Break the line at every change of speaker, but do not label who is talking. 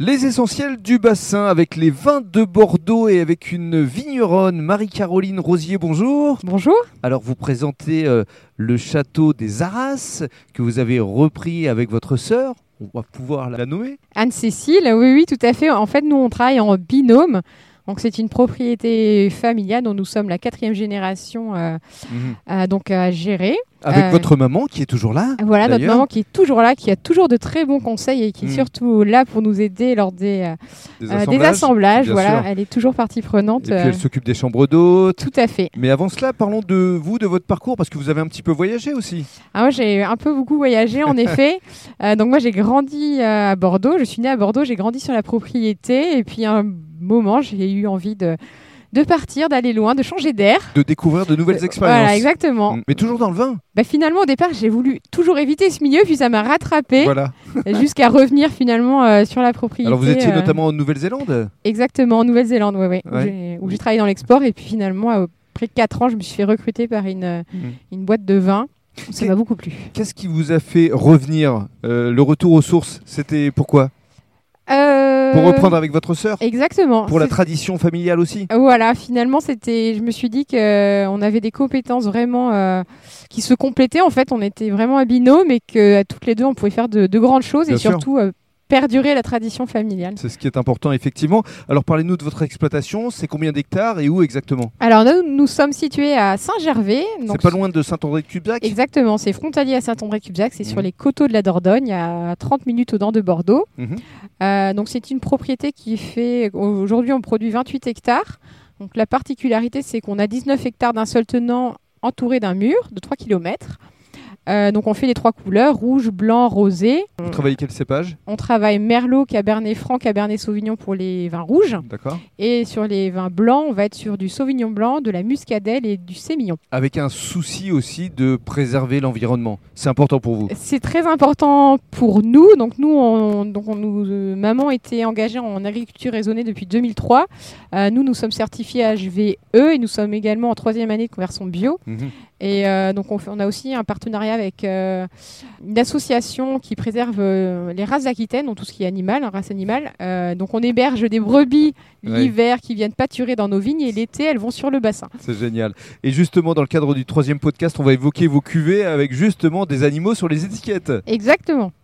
Les essentiels du bassin avec les vins de Bordeaux et avec une vigneronne, Marie-Caroline Rosier, bonjour.
Bonjour.
Alors vous présentez euh, le château des Arras que vous avez repris avec votre sœur. On va pouvoir la nommer.
Anne-Cécile, oui, oui, tout à fait. En fait, nous, on travaille en binôme. Donc, c'est une propriété familiale dont nous sommes la quatrième génération euh,
Mhm.
à- donc, à gérer.
Avec
Euh,
votre maman qui est toujours là.
Voilà, notre
D'ailleurs-
maman qui est toujours là, qui a toujours de très bons conseils et qui est
Mhm.
surtout là pour nous aider lors des, euh,
Des
euh, des assemblages.
bien
Voilà,
sûr.
elle est toujours partie
Et
prenante.
puis
euh,
elle s'occupe des chambres d'hôtes.
tout à fait.
Mais avant cela, parlons de vous, de votre parcours, parce que vous avez un petit peu voyagé aussi.
Ah, moi, j'ai un peu beaucoup voyagé, en effet. Euh, donc, moi, j'ai grandi euh, à Bordeaux. Je suis née à Bordeaux, j'ai grandi sur la propriété. Et puis, à un moment, j'ai eu envie de, de partir, d'aller loin, de changer d'air.
De découvrir de nouvelles expériences.
Euh, Voilà, exactement.
Mm. Mais toujours dans le vin.
Bah, finalement, au départ, j'ai voulu toujours éviter ce milieu, puis ça m'a rattrapé
Voilà.
jusqu'à revenir finalement euh, sur la propriété.
Alors vous étiez
euh,
notamment en Nouvelle-Zélande.
Exactement, en Nouvelle-Zélande, ouais, ouais, où
Ouais.
j'ai- où j'ai travaillé dans l'export. Et puis, finalement, après 4 ans, je me suis fait recruter par une, euh,
Mm.
une boîte de vin. Ça
Qu'est-
m'a beaucoup plu.
Qu'est-ce qui vous a fait revenir euh, Le retour aux sources, c'était pourquoi
Euh,
Pour reprendre avec votre sœur
Exactement.
Pour la
C'est-
tradition familiale aussi
Voilà, finalement, c'était. Je me suis dit que euh, on avait des compétences vraiment euh, qui se complétaient. En fait, on était vraiment un binôme et que à toutes les deux, on pouvait faire de, de grandes choses
Bien
et
sûr.
surtout euh, perdurer la tradition familiale.
C'est ce qui est important, effectivement. Alors parlez-nous de votre exploitation. C'est combien d'hectares et où exactement
Alors nous, nous sommes situés à Saint-Gervais. donc
C'est pas loin de Saint-André-de-Cubzac
Exactement, c'est frontalier à Saint-André-Cubzac, c'est sur
Mhm.
les coteaux de la Dordogne, à 30 minutes au nord de Bordeaux.
Mhm.
Euh, donc c'est une propriété qui fait, aujourd'hui on produit 28 hectares. Donc la particularité c'est qu'on a 19 hectares d'un seul tenant entouré d'un mur de 3 km. donc on fait les trois couleurs, rouge, blanc, rosé.
Vous travaillez quel cépage
On travaille Merlot, Cabernet Franc, Cabernet Sauvignon pour les vins rouges.
D'accord.
Et sur les vins blancs, on va être sur du Sauvignon blanc, de la Muscadelle et du Sémillon.
Avec un souci aussi de préserver l'environnement. C'est important pour vous.
C'est très important pour nous. Donc nous, on, donc on nous, euh, maman était engagée en agriculture raisonnée depuis 2003. Euh, nous, nous sommes certifiés HVE et nous sommes également en troisième année de conversion bio.
Mhm.
Et euh, donc on, fait- on a aussi un partenariat avec euh, une association qui préserve euh, les races aquitaines, donc tout ce qui est animal, hein, race animale. Euh, donc on héberge des brebis
Ouais.
l'hiver qui viennent pâturer dans nos vignes et l'été elles vont sur le bassin.
C'est génial. Et justement, dans le cadre du troisième podcast, on va évoquer vos cuvées avec justement des animaux sur les étiquettes.
Exactement.